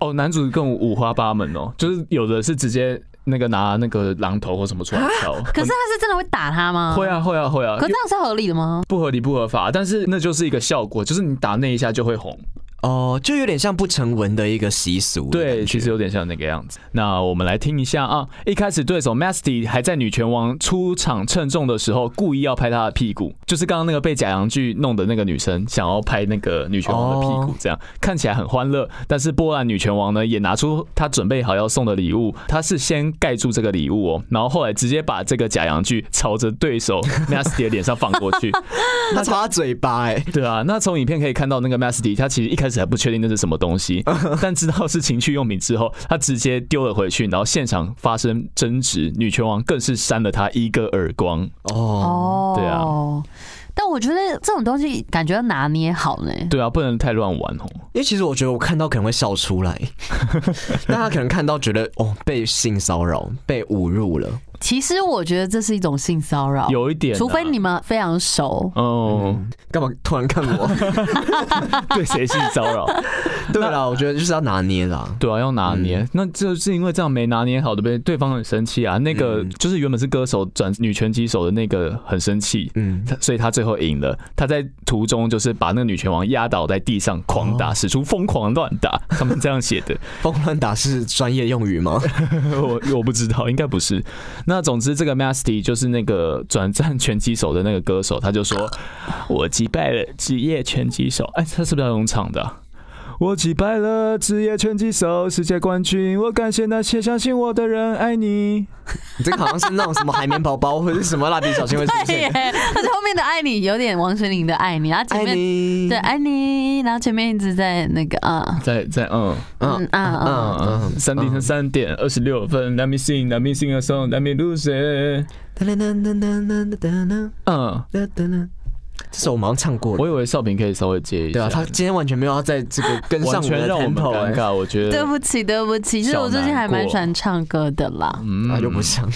S2: 哦，男主更五花八门哦，就是有的是直接那个拿那个榔头或什么出来 敲，
S1: 可是他是真的会打他吗？
S2: 会。啊会啊会啊
S1: 可，这样是合理的吗？
S2: 不合理不合法，但是那就是一个效果，就是你打那一下就会红。
S3: 哦，就有点像不成文的一个习俗的感觉，
S2: 对，其实有点像那个样子。那我们来听一下啊，一开始对手 Masty 还在女拳王出场称重的时候，故意要拍她的屁股，就是刚刚那个被假洋剧弄的那个女生，想要拍那个女拳王的屁股
S3: 哦，
S2: 这样、看起来很欢乐。但是波兰女拳王呢，也拿出她准备好要送的礼物，她是先盖住这个礼物哦，然后后来直接把这个假洋剧朝着对手 Masty 的脸上放过去。
S3: 他插嘴巴哎，
S2: 对啊，那从影片可以看到，那个 Masty 他其实一开始还不确定那是什么东西，但知道是情趣用品之后，他直接丢了回去，然后现场发生争执，女拳王更是扇了他一个耳光。
S3: 哦，
S1: 哦，
S2: 对啊。
S1: 但我觉得这种东西感觉要拿捏好呢。
S2: 对啊，不能太乱玩哦。
S3: 因为其实我觉得我看到可能会笑出 来，但他可能看到觉得哦被性骚扰、被侮辱了，
S1: 其实我觉得这是一种性骚扰，
S2: 有一点啊、
S1: 除非你们非 常熟。
S2: 哦，
S3: 干嘛突然看 我？
S2: 对谁性骚扰？
S3: 对啦，我觉得就是要拿捏啦。
S2: 对啊，要拿捏。那就是因为这样没拿捏好的，被对方很生气啊。那个
S3: 嗯
S2: 就是原本是歌手转女拳击手的那个很生气，
S3: 嗯，
S2: 他所以他最后赢了。他在途中就是把那个女拳王压倒在地上，狂打，使出疯狂乱打。他们这样写 的，
S3: 疯乱打是专业用语吗？
S2: 我我不知道，应该不是。那总之，这个 Masty 就是那个转战拳击手的那个歌手，他就说：“我击败了职业拳击手。”哎，他是不是要用唱的啊、我击败了职业拳击手，世界冠军。我感谢那些相信我的人，爱你。
S3: 你这个好像是那种什么海绵宝宝或者是什么蜡笔小新会出
S1: 对
S3: 现
S1: 耶，
S3: 的。
S1: 而且后面的爱你有点王心凌的爱你，然后前
S3: 爱
S1: 面
S3: 你，
S1: 对爱你，然后前面一直在那个啊
S2: 在在嗯
S1: 嗯
S3: 嗯
S1: 啊啊，
S2: 嗯
S3: 嗯，
S2: 三点成三点二十六分，Let me sing，Let me sing a song，Let me lose it。
S3: 噔噔噔噔噔噔噔
S2: 嗯，
S3: 噔噔噔，这首我们好像唱过了
S2: 我。以为少平可以稍微接一
S3: 对
S2: 下，
S3: 啊，他今天完全没有要在这个跟上
S2: 完
S3: 我
S2: 全
S3: 们的
S2: 让我们
S3: tempo，
S2: 尴
S3: 哎
S2: 尬。我觉
S1: 对
S2: 得，
S1: 不起对不起，其实我最近还蛮喜欢唱歌的啦。
S2: 嗯
S3: 啊那就不 像。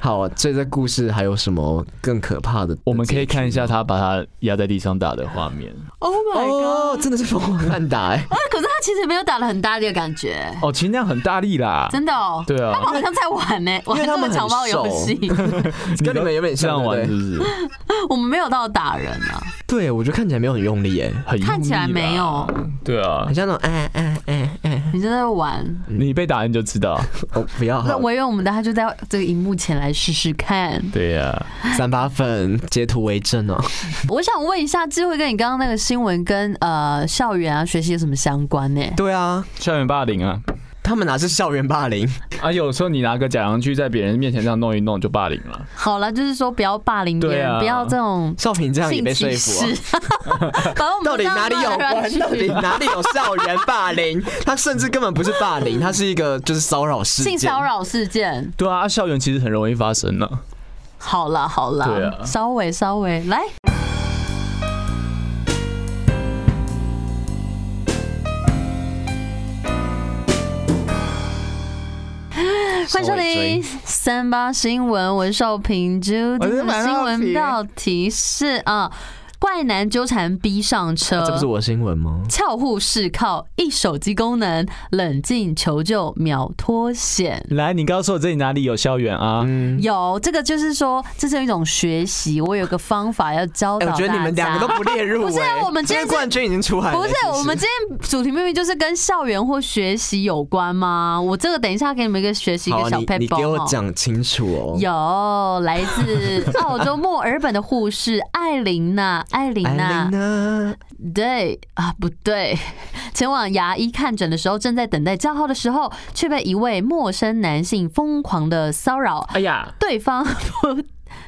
S3: 好，这个故事还有什么更可怕的？
S2: 我们可以看一下他把他压在地上打的画面。
S1: Oh my god！
S3: 哦，真的是疯狂乱打 哎、
S1: 啊，可是他其实没有打的很大力的感觉，
S2: 哦，其实那样很大力啦，
S1: 真的哦。
S2: 对啊
S1: 他，们好像在玩呢，玩
S3: 为
S1: 这
S3: 他
S1: 个
S3: 们很
S1: 强暴游戏，
S2: 都
S3: 跟你们有点
S2: 这
S3: 像
S2: 样玩
S3: 对
S2: 是
S3: 不
S2: 不是？
S1: 我们没有到打人啊。
S3: 对，我觉得看起来没有很用力哎、
S2: 很用力啦
S1: 看起来没有。
S2: 对啊
S3: 很，像那种哎哎哎哎，
S1: 你就在玩，
S2: 你被打你就知道。
S3: 我不要
S1: 那
S3: 好了，
S1: 我用我们的，他就在这个荧幕前来试试 看。
S2: 对啊呀，
S3: 三八粉截图为证哦、
S1: 我想问一下，智慧跟你刚刚那个新闻跟呃校园啊学习有什么相关呢、
S3: 对啊，
S2: 校园霸凌啊，
S3: 他们哪是校园霸凌？
S2: 啊，有时候你拿个假洋具在别人面前这样弄一弄就霸凌了。
S1: 好了，就是说不要霸凌别
S2: 对
S1: 人，
S2: 啊
S1: 不要这种
S3: 少平这样也
S1: 性
S3: 被
S1: 歧
S3: 说服、
S1: 视
S3: 啊。。
S1: 反正我们
S3: 到底哪里有关？到底哪里有校园霸凌？ 他甚至根本不是霸凌，他是一个就是骚扰事
S1: 性
S3: 件。
S1: 骚扰事件？
S2: 对啊，啊校园其实很容易发生啊呢。
S1: 好了好了，
S2: 对啊
S1: 稍微稍微来。欢迎收听三八新闻，我是少平。今
S3: 我是
S1: 天的
S3: 马
S1: 新
S3: 少
S1: 闻
S3: 平
S1: 标题是啊，怪男纠缠逼上车。
S3: 呃啊这不是我的新闻吗？
S1: 俏护士靠一手机功能冷静求救秒脱险。
S2: 来，你告诉我这里哪里有校园啊？
S1: 嗯
S3: 嗯
S1: 有这个就是说，这是一种学习。我有个方法要教导
S3: 哎、
S1: 大
S3: 我
S1: 家。
S3: 觉得你们两个都不列入、
S1: 不是啊
S3: 哎
S1: 我们今天是
S3: 这个冠军已经出来了。
S1: 不是
S3: 其实
S1: 我们今天主题明明就是跟校园或学习有关吗？我这个等一下给你们一个学习一
S3: 好
S1: 个
S3: 啊，
S1: 小
S3: 你
S1: 配
S3: 你
S1: 包。
S3: 给我
S1: 哦
S3: 讲清楚哦。
S1: 有来自澳洲墨尔本的护士艾琳娜，艾琳娜
S3: 安，琳娜，
S1: 对啊，不对， 前往牙医看诊的时候，正在等待叫号的时候，却被一位陌生男性疯狂的骚扰，
S2: 哎呀，
S1: 对方不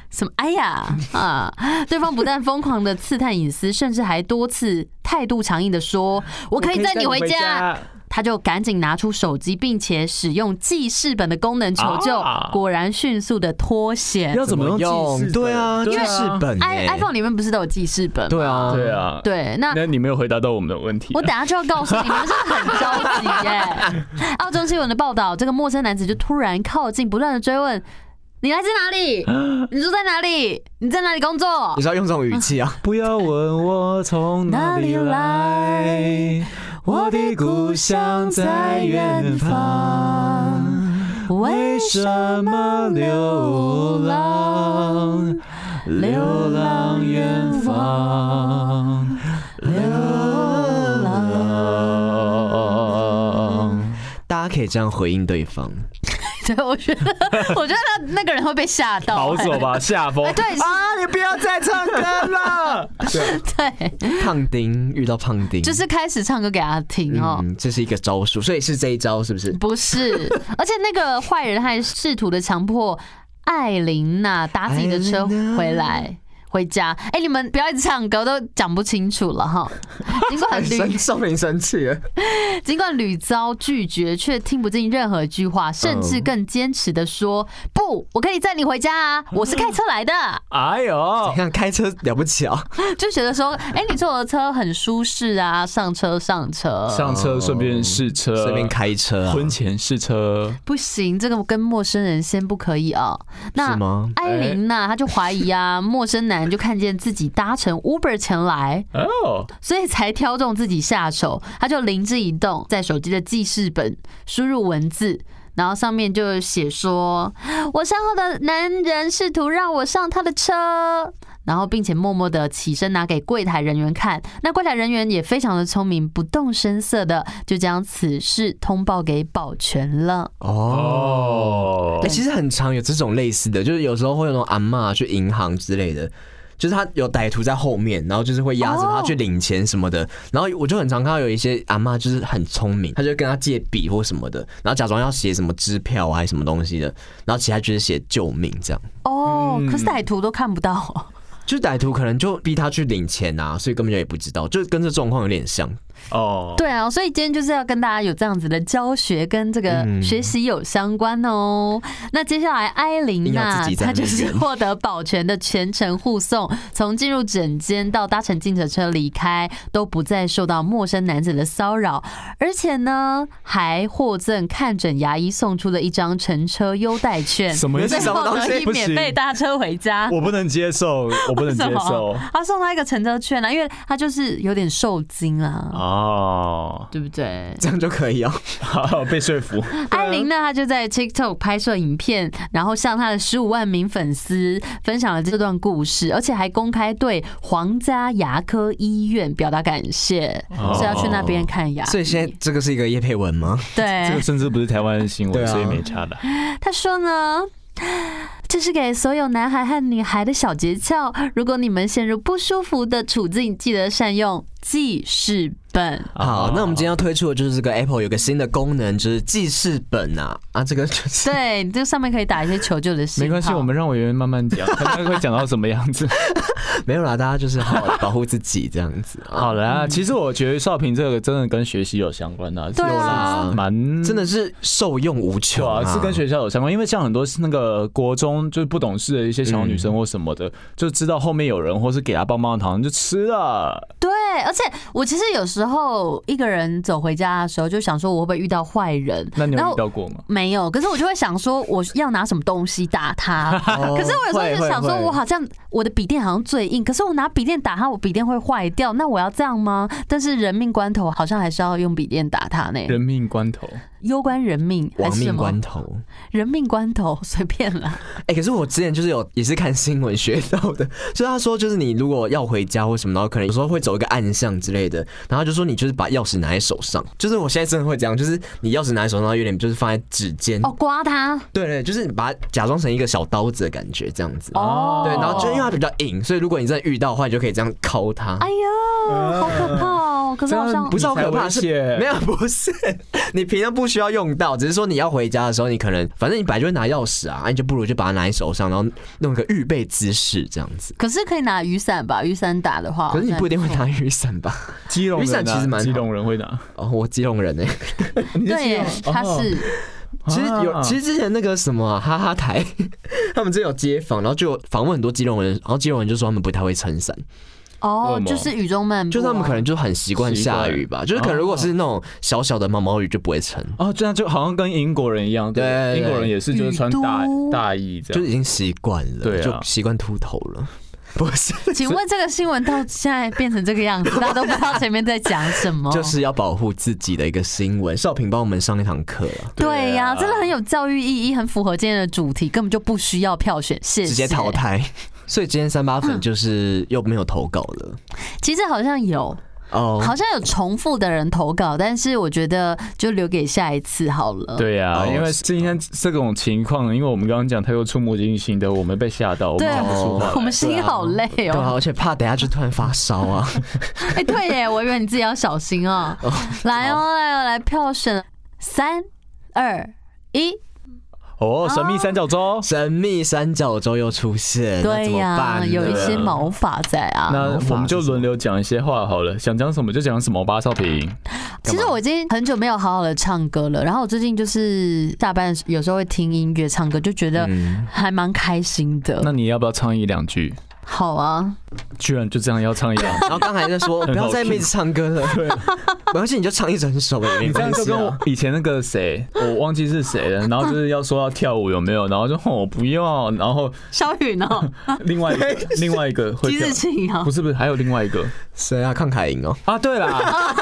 S1: 什么？哎呀啊！对方不但疯狂的刺探隐私，甚至还多次态度强硬的说：“哦我可以载你回家。”他就赶紧拿出手机，并且使用记事本的功能求救，
S2: 啊
S1: 果然迅速的脱险。
S2: 要怎么用记
S3: 用
S2: 事？
S3: 对啊，
S2: 对
S3: 记
S2: 啊
S3: 事本
S1: i
S3: 哎
S1: iPhone 里面不是都有记事本吗？
S3: 对啊，
S2: 对，啊，
S1: 对，那
S2: 那你没有回答到我们的问题啊。
S1: 我等下就要告诉你们，真的很着急耶、澳洲新闻的报道，这个陌生男子就突然靠近，不断的追问：“你来自哪里？你住在哪里？你在哪里工作
S3: 你是要用这种语气 啊？
S2: 不要问我从哪里来，我的故乡在远方。？”为什么流浪？流浪远方，流浪。
S3: 大家可以这样回应 对方。
S1: 对，我觉得，我觉得他那个人会被吓到、
S2: 逃走吧，下风
S1: 哎！。 对
S3: 啊！你不要再唱歌了。
S1: 对，
S3: 胖丁遇到胖丁，
S1: 就是开始唱歌给他听哦。
S3: 嗯，这是一个招数，所以是这一招是 不是？
S1: 不是，而且那个坏人还试图的强迫艾琳娜搭自己的车
S3: 艾琳娜
S1: 回来。回家，哎、你们不要一直唱歌，我都讲不清楚了 哈。尽管屡
S3: 生少林生气了，
S1: 尽管屡遭拒绝，却听不进任何一句
S3: 嗯
S1: 话，甚至更坚持的说：“不，我可以载你回家啊，我是开车 来的。
S2: 哎呦
S3: 你，看开车了不起啊！”
S1: 就觉得说：“哎、你坐我的车很舒适啊，上车上车。
S2: 上车顺便试车，
S3: 随便开车啊，
S2: 婚前试车，”
S1: 不行，这个跟陌生人先不可以啊。那
S3: 是吗？
S1: 艾琳娜，她就怀疑啊，陌生男就看见自己搭乘 Uber 前来，
S2: 哦，
S1: 所以才挑中自己下手。她就灵机一动，在手机的记事本输入文字，然后上面就写说：“我身后的男人试图让我上他的车。”然后，并且默默的起身拿给柜台人员看。那柜台人员也非常的聪明，不动声色的就将此事通报给保全了。
S3: 哦。
S2: 哦
S3: 哎、，其实很常有这种类似的，就是有时候会有那种阿嬷去银行之类的，就是他有歹徒在后面，然后就是会压着他去领钱什么的。然后我就很常看到有一些阿嬷就是很聪明，他就跟他借笔或什么的，然后假装要写什么支票啊还是什么东西的，然后其他就是写救命这样。
S1: 哦，可是歹徒都看不到。
S3: 就是歹徒可能就逼他去领钱啊，所以根本就也不知道，就跟这状况有点像。
S2: 哦，
S1: 对啊，所以今天就是要跟大家有这样子的教学，跟这个
S3: 嗯
S1: 学习有相关哦。那接下来艾琳
S3: 硬要
S1: 娜
S3: 自己，在
S1: 她
S3: 那边
S1: 就是获得保全的全程护送，从进入诊间到搭乘进车车离开，都不再受到陌生男子的骚扰，而且呢，还获赠看诊牙医送出的一张乘车优待券，
S2: 什么意思
S1: 最后
S3: 什么
S1: 得
S3: 东
S1: 以
S2: 西
S1: 免费搭车回 家。
S2: 我不能接受，我不能接
S1: 为什
S2: 受
S1: 么。他送他一个乘车券啊，因为他就是有点受惊啊，
S2: 哦，
S1: 对不对？
S3: 这样就可以哦、
S2: 好被说服，
S1: 艾琳呢，她就在 TikTok 拍摄影片，然后向她的十五万名粉丝分享了这段故事，而且还公开对皇家牙科医院表达感谢，是要去那边看牙医。
S3: 所以现在这个是一个叶佩文吗？
S2: 这
S1: 对
S2: 个，甚至不是台湾的新
S3: 对
S2: 闻，
S3: 啊
S2: 所以没差的。
S1: 他说呢。这是给所有男孩和女孩的小诀窍。如果你们陷入不舒服的处境，记得善用记事本。
S2: 哦
S3: 好，那我们今天要推出的就是这个 Apple 有个新的功能，就是记事本啊啊，这个就是
S1: 对，你这上面可以打一些求救的信
S2: 没关系，
S1: 号
S2: 我们让委员慢慢 讲，看他会讲到什么样子。
S3: 没有啦，大家就是好好地保护自己这样子 啊。
S2: 好啦，其实我觉得少平这个真的跟学习有相关的，
S1: 对啊
S2: 有啦，蛮
S3: 真的是受用无
S2: 对
S3: 穷
S2: 啊，
S3: 嗯啊，
S2: 是跟学校有相关，因为像很多是那个国中就是不懂事的一些小女生或什么的，就知道后面有人或是给她棒棒糖就吃啊了。
S1: 对，而且我其实有时候一个人走回家的时候，就想说我会不会遇到坏人？
S2: 那你
S1: 然
S2: 有
S1: 后
S2: 遇到过吗？
S1: 没有，可是我就会想说，我要拿什么东西打他。
S3: 哦。
S1: 可是我有时候就想说，
S3: 会
S1: 我好像我的笔电好像最硬，可是我拿笔电打他，我笔电会坏掉，那我要这样吗？但是人命关头，好像还是要用笔电打他呢。
S2: 人命关头，
S1: 攸关人命
S3: 会
S1: 还
S3: 亡
S1: 是什
S3: 命
S1: 么
S3: 关？头，
S1: 人命关头，随便啦。
S3: 哎、可是我之前就是有也是看新闻学到的，就是他说就是你如果要回家或什么，然后可能有时候会走一个暗巷之类的，然后他就说你就是把钥匙拿在手上，就是我现在真的会这样，就是你钥匙拿在手上，然后有点就是放在指尖，
S1: 哦，刮他
S3: 对对，就是你把它假装成一个小刀子的感觉这样子，
S1: 哦，哎
S3: 对，然后就因为它比较硬，所以如果你真的遇到的话，你就可以这样敲它
S1: 哎，呦，好可怕哦！哦， 可是好像
S3: 不是好
S5: 你才
S3: 可怕，
S5: 危
S3: 是
S5: 险
S3: 没有不是，你平常不需要用到，只是说你要回家的时候，你可能反正你本来就会拿钥匙啊，啊你就不如就把它拿在手上，然后弄个预备姿势这样子。
S1: 可是可以拿雨伞吧？雨伞打的话，
S3: 可是你
S1: 好像
S3: 不一定会
S1: 错
S3: 拿雨伞吧？
S2: 基隆
S3: 雨伞
S2: 人啊
S3: 其实蛮好
S2: 基隆人会拿，
S3: 哦，我基隆人哎、
S5: 你是
S1: 对耶，
S5: 这样
S1: 他
S5: 哦
S1: 是
S3: 其实有，
S2: 啊
S3: 其实之前那个什么啊、哈哈台， 他们真有街访，然后就有访问很多基隆人，然后基隆人就说他们不太会撑伞，
S1: 哦
S2: 为什，么
S1: 就是雨中漫步啊，
S3: 就是他们可能就很习惯下雨吧，就是可能如果是那种小小的毛毛雨就不会撑，
S2: 哦，这样就好像跟英国人一样，
S3: 对对对
S2: 英国人也是就是穿大
S1: 雨都
S2: 大衣这
S3: 就
S2: 样，
S3: 已经习惯了，
S2: 啊对啊
S3: 就习惯秃头了， 不是，
S1: 请问这个新闻到现在变成这个 样子，大家都不知道前面在讲什么，
S3: 就是要保护自己的一个新闻。少平帮我们上一堂课了，
S1: 对呀、
S2: 对啊
S1: 真的很有教育意义，很符合今天的主题，根本就不需要票选，谢谢。
S3: 直接淘。汰，所以今天三八粉就是又没有投稿了
S1: 其实好像有，
S3: 哦。
S1: 好像有重复的人投稿，但是我觉得就留给下一次好了。，
S2: 对呀、
S3: 哦
S2: 因为今天这种情况，因为我们刚刚讲太多触目惊心的，我们被吓到，我们
S1: 对
S2: 讲不出话
S1: 我们
S2: 来。
S1: 心好累
S3: 对啊，
S1: 哦。
S3: 而且怕等下就突然发烧啊！
S1: 哎，对耶，我以为你自己要小心 哦。来哦，来哦，来票选，三二一，
S2: 哦，神秘三角洲。
S3: 神秘三角洲又出现，那
S1: 对
S3: 怎么
S1: 呀，
S3: 办呢？
S1: 有一些毛发在啊。
S2: 那我们就轮流讲一些话好了，想讲什么就讲什么吧，少平。
S1: 其实我已经很久没有好好的唱歌了，然后我最近就是下班的时候有时候会听音乐唱歌，就觉得
S3: 嗯
S1: 还蛮开心的。
S2: 那你要不要唱一两句？
S1: 好啊，
S2: 居然就这样要唱一两句，
S3: 然后刚才 在说不要再妹子唱歌了，对， 没关系，你就唱一整首也没
S2: 你这样
S3: 关
S2: 就
S3: 系
S2: 跟我
S3: 啊。
S2: 以前那个谁，我忘记是谁了，然后就是要说要跳舞有没有，然后就哦我不要，然后
S1: 肖雨 呢？
S2: 另外一个另外一个会
S1: 季
S2: 跳
S1: 日，庆啊
S2: 不，是不是，还有另外一个
S3: 谁啊？康凯莹哦，
S2: 啊，对啦，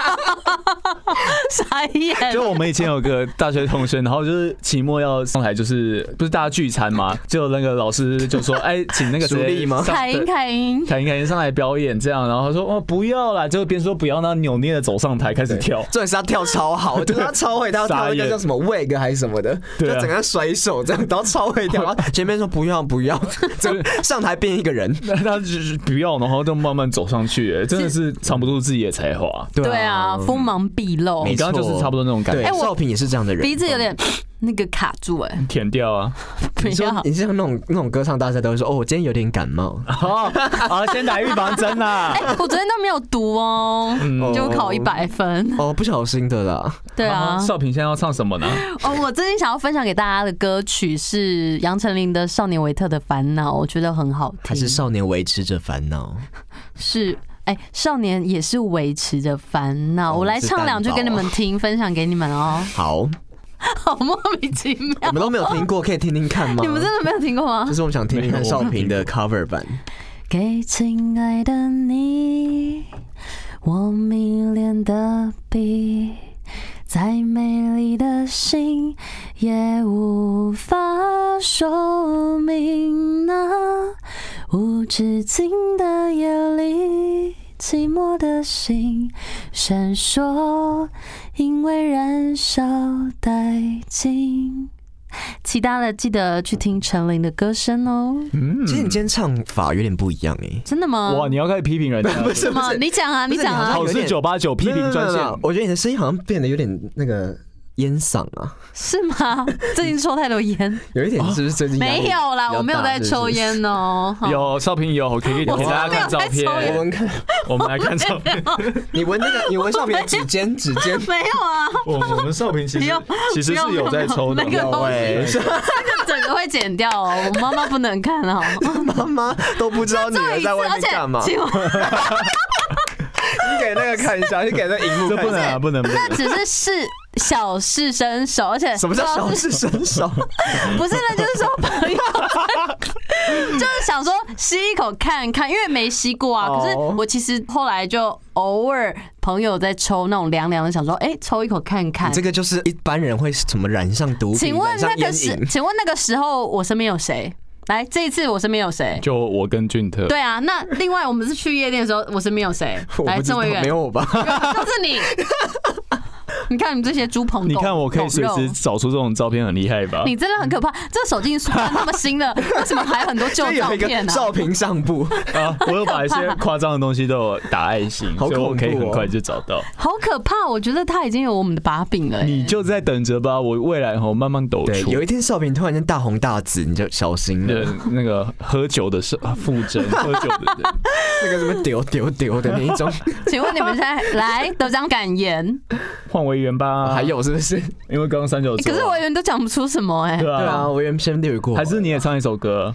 S1: 傻眼。
S2: 就我们以前有个大学同学，然后就是期末要上台，就是不是大家聚餐嘛，就那个老师就 说，哎，请那个
S3: 朱
S2: 谁
S3: 莉吗
S2: 上
S1: 凯英，凯英，
S2: 凯英，凯英上来表演这样，然后他说哦不要啦，就边说不要，那扭捏的走上台开始跳，
S3: 重点是他跳超好，我觉得他超会，他要跳
S2: 啊傻
S3: 那个
S2: 眼
S3: 叫什么 wig 还是什么的，就
S2: 对啊
S3: 整个甩手这样，然后超会跳。 然后前面说不要不要， 整个上台变一个人，
S2: 那他就是不要，然后就慢慢走上去，哎真的是藏不住自己的才华。
S1: 对啊，
S3: 嗯
S1: 锋芒毕露
S3: 没，
S2: 你刚刚就是差不多那种感
S3: 对
S2: 觉，
S1: 哎我
S3: 少平也是这样的人，
S1: 鼻子有点 那个卡住哎、
S2: 舔掉啊！
S1: 不
S3: 你说
S1: 要。
S3: 你像那种那种歌唱大赛都会说哦，我今天有点感冒，
S2: 好，哦好，先打预防针啦
S1: 哎、。我昨天都没有读哦，就考一百分。
S3: 嗯哦，不小心的啦。
S1: 对啊，
S2: 少平现在要唱什么呢？
S1: 哦，我最近想要分享给大家的歌曲是杨丞琳的《少年维特的烦恼》，我觉得很好听。
S3: 还是少年维持着烦恼，
S1: 是哎、少年也是维持着烦恼。
S3: 哦
S1: 我来
S3: 是
S1: 唱
S3: 蛋
S1: 两句
S3: 堡
S1: 给你
S3: 啊
S1: 们听，分享给你们哦。
S3: 好，我
S1: 好莫名其 妙，
S3: 们都没有听过，可以听听看吗？
S1: 你们真的啊没有听过吗
S3: 就？是我们想听听看少平的 cover 版，
S1: 给亲爱的你，我迷恋的笔，再美丽的心也无法说明那无止境的夜里，寂寞的心闪烁，因为燃烧殆尽。其他的记得去听陈琳的歌声哦。
S2: 嗯
S3: 其实你今天唱法有点不一样哎。
S1: 真的吗？
S2: 哇，你要开始批评人家 了，不
S1: 什么？你讲啊，你讲
S3: 你好
S1: 啊
S3: 像，
S2: 好事九八九批评专线
S3: 没有没有没有没有我觉得你的声音好像变得有点那个烟嗓啊，
S1: 是吗？ 最近抽太多烟，
S3: 有一点是不是最近压 力
S1: 没有啦，
S3: 比较大
S1: 我没有在抽。烟哦。好
S2: 有少平有，可以给
S1: 我
S2: 大家看照
S1: 真的没有在抽
S3: 是不哎是我
S2: 片，
S3: 闻看，
S2: 我们来看 照片。
S1: 啊
S3: 你闻那个，你闻上面的指尖，指尖
S1: 没有啊，
S2: 我我们少平其
S1: 不
S2: 实
S1: 用
S2: 其实是有在抽的
S1: 不，用不用那个东西
S2: 有欸
S1: 整个会剪掉哦。我妈妈不能看 哦。
S3: 妈妈都不知道女
S1: 这
S3: 儿
S1: 一
S3: 在
S1: 次，
S3: 外
S1: 而
S3: 面
S1: 且
S3: 干嘛。
S1: 请问
S3: 你给那个看一下，你给那荧幕
S2: 这不
S3: 看一
S2: 能
S3: 下。
S2: 啊，不能不能。
S1: 只是是小试身手，而且
S3: 什么叫
S1: 不
S3: 小
S1: 知道
S3: 试身手？
S1: 是不是呢，就是说朋友， 就是想说吸一口看看，因为没吸过啊。
S3: 哦
S1: 可是我其实后来就偶尔朋友在抽那种凉凉的，想说 哎、抽一口看看
S3: 你。这个就是一般人会什么染上毒品，
S1: 请问
S3: 染上
S1: 那个
S3: 烟
S1: 时，
S3: 瘾？
S1: 请问那个时候我身边有谁？来，这一次我身边有谁？
S2: 就我跟俊特，
S1: 对啊，那另外我们是去夜店的时候，我身边有谁
S3: 我？
S1: 来，
S3: 不知
S1: 郑
S3: 道，
S1: 委员
S3: 没，有吧？
S1: 就是你。你看你们这些猪朋狗，
S2: 你看我可以随
S1: 狗
S2: 时
S1: 肉
S2: 找出这种照片，很厉害吧？
S1: 你真的很可怕，这手机算那么新的，为什么还有很多旧
S3: 这
S1: 照
S3: 有一
S1: 片啊
S3: 个
S1: 呢、
S3: 照屏上部，
S2: 啊，我有把一些夸张的东西都有打爱心，
S3: 好
S2: 所以我
S3: 恐
S2: 可以
S3: 怖
S2: 很
S3: 哦
S2: 快就找到。
S1: 好可怕！我觉得他已经有我们的把柄了、
S2: 你就在等着吧，我未来吼慢慢抖
S3: 对，
S2: 出。
S3: 有一天少平突然间大红大紫，你就小心
S2: 呃
S3: 了，
S2: 那个喝酒的是附 身，喝酒的人
S3: 那个什么丢丢丢的那一 种，
S1: 请问你们现在来得奖感言、
S2: 换维园吧。
S3: 哦还，有是不是？
S2: 啊因为刚刚三九
S1: 欸
S2: 说
S1: 可
S2: 啊，
S1: 是我员都讲不出什么 哎、
S2: 对
S3: 对啊，
S2: 啊，
S3: 我原先略过，
S2: 还是你也唱一首歌？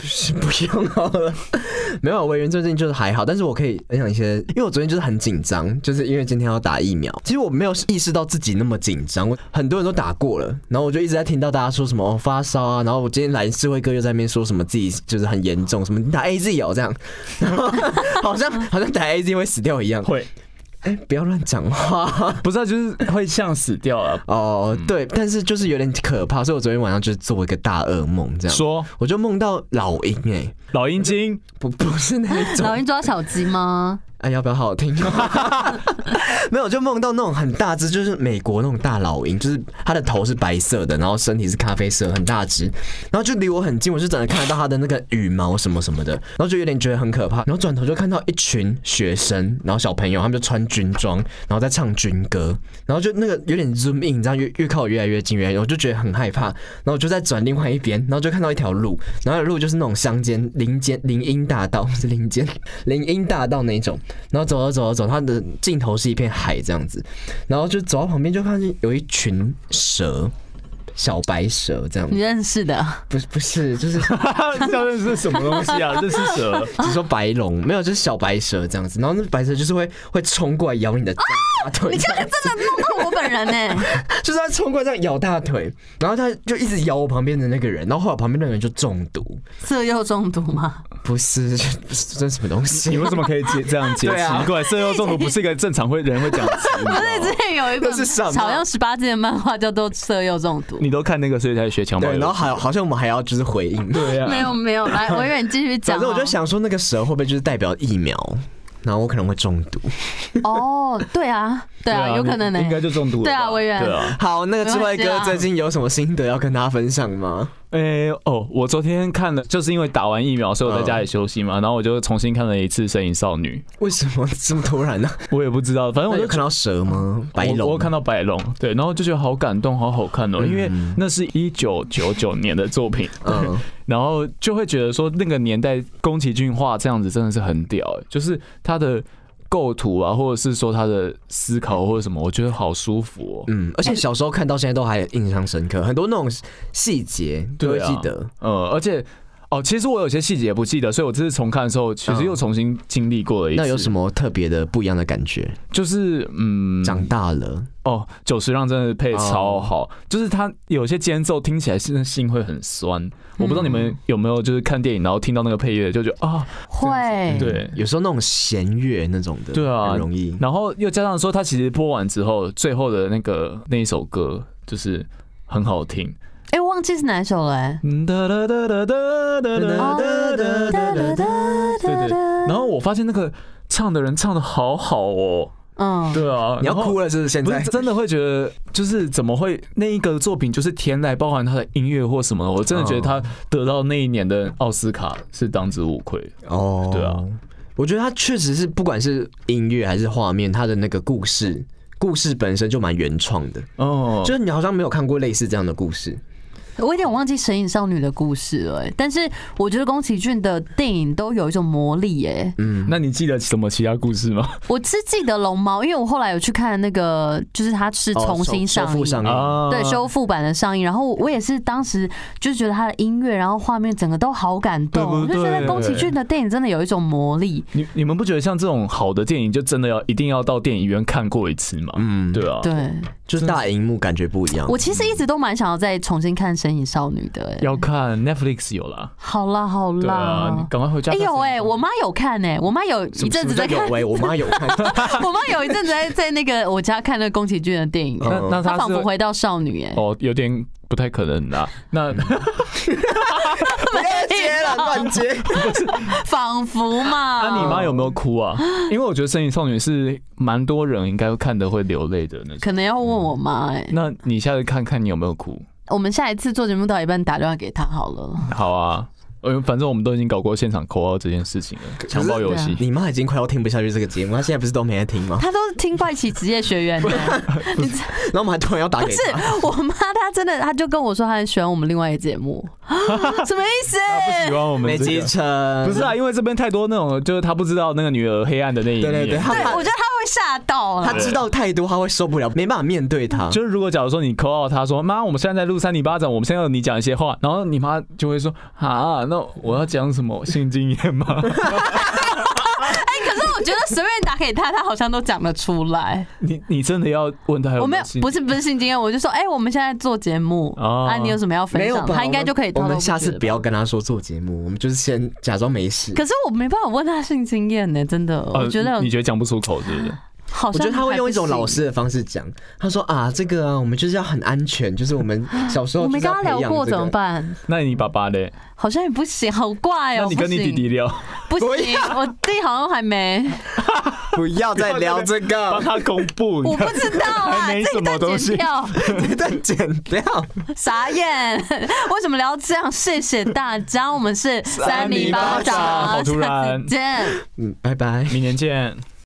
S3: 是 不用好了。 没有，我原最近就是还好，但是我可以分享一些，因为我昨天就是很紧张，就是因为今天要打疫苗。其实我没有意识到自己那么紧张，我很多人都打过了，然后我就一直在听到大家说什么、哦、发烧啊，然后我今天来智慧哥又在那边说什么自己就是很严重，什么你打 A Z 哦这样，然后 好像好像打 A Z 会死掉一样。
S2: 会，
S3: 哎、不要乱讲话。
S2: 不是啊，就是会像死掉啊。
S3: 哦，对，但是就是有点可怕，所以我昨天晚上就是做一个大噩梦， 这样，
S2: 说
S3: 我就梦到老鹰、哎，
S2: 老鹰精，
S3: 不不是那一种
S1: 老鹰抓小鸡吗？
S3: 哎，要不要好好听？ 没有，就梦到那种很大只，就是美国那种大老鹰，就是它的头是白色的，然后身体是咖啡色，很大只，然后就离我很近，我就真的看得到它的那个羽毛什么什么的，然后就有点觉得很可怕，然后转头就看到一群学生，然后小朋友，他们就穿军装，然后在唱军歌，然后就那个有点 zoom in，你知道越越靠我越来越近，越来越近我就觉得很害怕，然后我就再转另外一边，然后就看到一条路，然后那条路就是那种乡间林间林荫大道，不是林间林荫大道那一种，然后走啊走啊走，它的尽头是一片海这样子，然后就走到旁边就看见有一群蛇。小白蛇这样
S1: 你，认识的？
S3: 不是不是，就是
S2: 这认是什么东西 啊？这是蛇，
S3: 只说 白龙，没有，就是小白蛇这样子。然后那白蛇就是会会冲过来咬你的
S2: 啊
S3: 大腿，
S1: 你这个真的弄到我本人哎、
S3: 就是它冲过来这样咬大腿，然后它就一直咬我旁边的那个人，然后后来我旁边那个人就中毒，
S1: 色诱中毒 吗？
S3: 不是，不是这是什么东西
S2: 你？为什么可以接这样接？
S3: 对啊
S2: 奇怪，色诱中毒不是一个正常会人会讲的词。 你知道
S1: 不
S2: 吗
S1: 是，之前有一本
S3: 那是什么
S1: 好像十八禁的漫画叫做《色诱中毒》。
S2: 你都看那个，所以才学强暴游
S3: 对，
S2: 戏。
S3: 然后好好像我们还要就是回应，
S2: 对啊，
S1: 没有没有，来，我以为你继续讲、
S3: 反
S1: 哦。
S3: 正我就想说那个蛇会不会就是代表疫苗，然后我可能会中毒。
S1: 哦，对啊，对啊，有可能呢、
S2: 应该就中毒了吧。
S1: 对啊委员
S2: 对啊，
S3: 好，那个智慧
S1: 没关系
S3: 哥
S1: 啦
S3: 最近有什么心得要跟大家分享吗？
S2: 诶、哦，我昨天看了，就是因为打完疫苗，所以我在家里休息嘛，然后我就重新看了一次《身影少女
S3: 为什么这么突然呢、》，
S2: 我也不知道，反正
S3: 那
S2: 我就
S3: 有看到蛇吗？白龙
S2: 我，我看到白龙，对，然后就觉得好感动，好好看哦，因为那是一九九九年的作品，
S3: 嗯，
S2: 然后就会觉得说那个年代宫崎骏画这样子真的是很屌、诶就是他的构图啊，或者是说他的思考或者什么，我觉得好舒服哦。
S3: 嗯，而且小时候看到现在都还印象深刻，很多那种细节都会
S2: 对啊
S3: 记得。
S2: 呃，而且哦，其实我有些细节不记得，所以我这次重看的时候，其实又重新经历过了一次。
S3: 那有什么特别的不一样的感觉？
S2: 就是嗯，
S3: 长大了，
S2: 哦，九十让真的配超好，就是他有些间奏听起来是心会很酸。我不知道你们有没有就是看电影然后听到那个配乐就觉得啊，
S1: 会
S2: 对
S3: 有时候那种弦乐那种的，
S2: 对啊
S3: 很容易。
S2: 然后又加上说他其实播完之后最后的那个那一首歌就是很好听。
S1: 哎、我忘记是哪一首了、欸。
S2: 嗯哒哒哒哒哒哒哒哒哒哒对对，然后我发现那个唱的人唱的好好哦，
S1: 嗯，
S2: 对啊，
S3: 你要
S2: 然后
S3: 哭了是不是？现
S2: 不
S3: 在
S2: 是真的会觉得，就是怎么会那一个作品就是天籁，包含他的音乐或什么的，我真的
S3: 哦
S2: 觉得他得到那一年的奥斯卡是当之无愧。
S3: 哦，
S2: 对啊，
S3: 我觉得它确实是，不管是音乐还是画面，它的那个故事，故事本身就蛮原创的。
S2: 哦，
S3: 就是你好像没有看过类似这样的故事，
S1: 我有点忘记《神隐少女》的故事了、欸，但是我觉得宫崎骏的电影都有一种魔力、欸，哎，
S2: 那你记得什么其他故事吗？
S1: 我是记得龙猫，因为我后来有去看那个，就是它是
S3: 哦
S1: 重
S3: 手
S1: 新
S3: 手
S1: 上
S3: 复
S1: 映，
S3: 上映，
S2: 啊
S1: 对修复版的上映，然后我也是当时就觉得他的音乐，然后画面整个都好感动，
S2: 对不
S1: 我就觉得
S2: 对
S1: 宫崎骏的电影真的有一种魔力。
S2: 你你们不觉得像这种好的电影，就真的要一定要到电影院看过一次吗？
S3: 嗯，
S2: 对啊，
S1: 对
S3: 就是大荧幕感觉不一样
S1: 我。其实一直都蛮想要再重新看《神神隐少女的、哎，
S2: 要看 Netflix 有啦，
S1: 好啦好
S2: 对啊，你嗯
S1: 啦，
S2: 赶快回家。
S1: 哎、有哎、我妈有看哎、我妈有
S3: 什
S1: 一
S3: 么
S1: 阵子在
S3: 什么
S1: 看
S3: 叫，有哎、我妈 有看，
S1: 我妈有一阵子在在那个我家看那个宫崎骏的电影，
S2: 那
S3: 嗯
S2: 那
S1: 她
S2: 她
S1: 仿
S2: 是
S1: 佛回到少女哎、
S2: 哦，有点不太可能啦。那
S3: 嗯不要接了，乱接。
S1: 仿佛嘛。
S2: 那你妈有没有哭 啊？因为我觉得《神隐少女》是蛮多人应该看的会流泪的那种。
S1: 可能要问我妈哎、
S2: 那你下次看看你有没有哭？
S1: 我们下一次做节目到一半打电话给她好了。
S2: 好啊，呃，反正我们都已经搞过现场扣号这件事情了，强暴游戏。
S3: 你妈已经快要听不下去这个节目，她现在不是都没在听 吗？
S1: 她都听怪奇职业学 院的，
S3: 然后我们还突然要打
S1: 不
S3: 给
S1: 是
S3: 她，
S1: 我妈，她真的，她就跟我说她很喜欢我们另外一个节 目，什么意思？
S3: 啊
S2: 不喜欢我们
S3: 没
S2: 这
S3: 继
S2: 个。
S3: 承。
S2: 不是啊，因为这边太多那种，就是他不知道那个女儿黑暗的那一面。
S3: 对对对她
S1: 对，我觉得她会吓到啊
S3: 她
S1: 啦。
S3: 知道太多，她会受不了，没办法面对她。
S2: 就是如果假如说你扣到他说妈，我们现在在录三里巴掌，我们现在要你讲一些话，然后你妈就会说啊，那我要讲什么性经验吗？
S1: 哎、可是我觉得随便打给她，她好像都讲得出来。
S2: 你你真的要问他有
S1: 我没
S2: 没
S1: 有
S2: 有性？，
S1: 不是不是性经验，我就说，哎、我们现在做节目、
S2: 哦
S1: 啊，你有什么要分
S3: 没有
S1: 享？
S3: 吧？
S1: 她应该
S3: 我们
S1: 就可以。
S3: 我们下次不
S1: 要。
S3: 要跟她说做节目，我们就是先假装没事。
S1: 可是我没办法问她性经验呢、真的，
S2: 呃
S1: 我觉得
S2: 你觉得讲不出口是不是？
S1: 好
S3: 我
S1: 像
S3: 觉得他会
S1: 还
S3: 用
S1: 不
S3: 一种老
S1: 行
S3: 师的方式讲，他说啊，这个啊，我们就是要很安全，就是我 们小时候
S1: 我没
S3: 就是
S1: 跟
S3: 要
S1: 他聊
S3: 培养
S1: 过
S3: 这个
S1: 怎么？办？
S2: 那你爸爸嘞？
S1: 好像也不行，好怪哦、
S2: 那你跟你弟弟聊，
S1: 不行，
S3: 不
S1: 不行，我弟好像还没，
S3: 不要再聊这
S2: 帮
S3: 个，
S2: 他公布。
S1: 我不知道啊，
S2: 还没
S1: 这
S2: 什
S1: 一段
S2: 么东
S1: 剪
S2: 西
S1: 掉，
S3: 这段剪掉。
S1: 傻眼，为什么聊这样？谢谢大家，我们是
S3: 三
S1: 米
S3: 米
S1: 巴
S3: 巴掌
S1: 掌，
S2: 好突然
S1: 下次见。
S3: 嗯，拜拜。
S2: 明年见。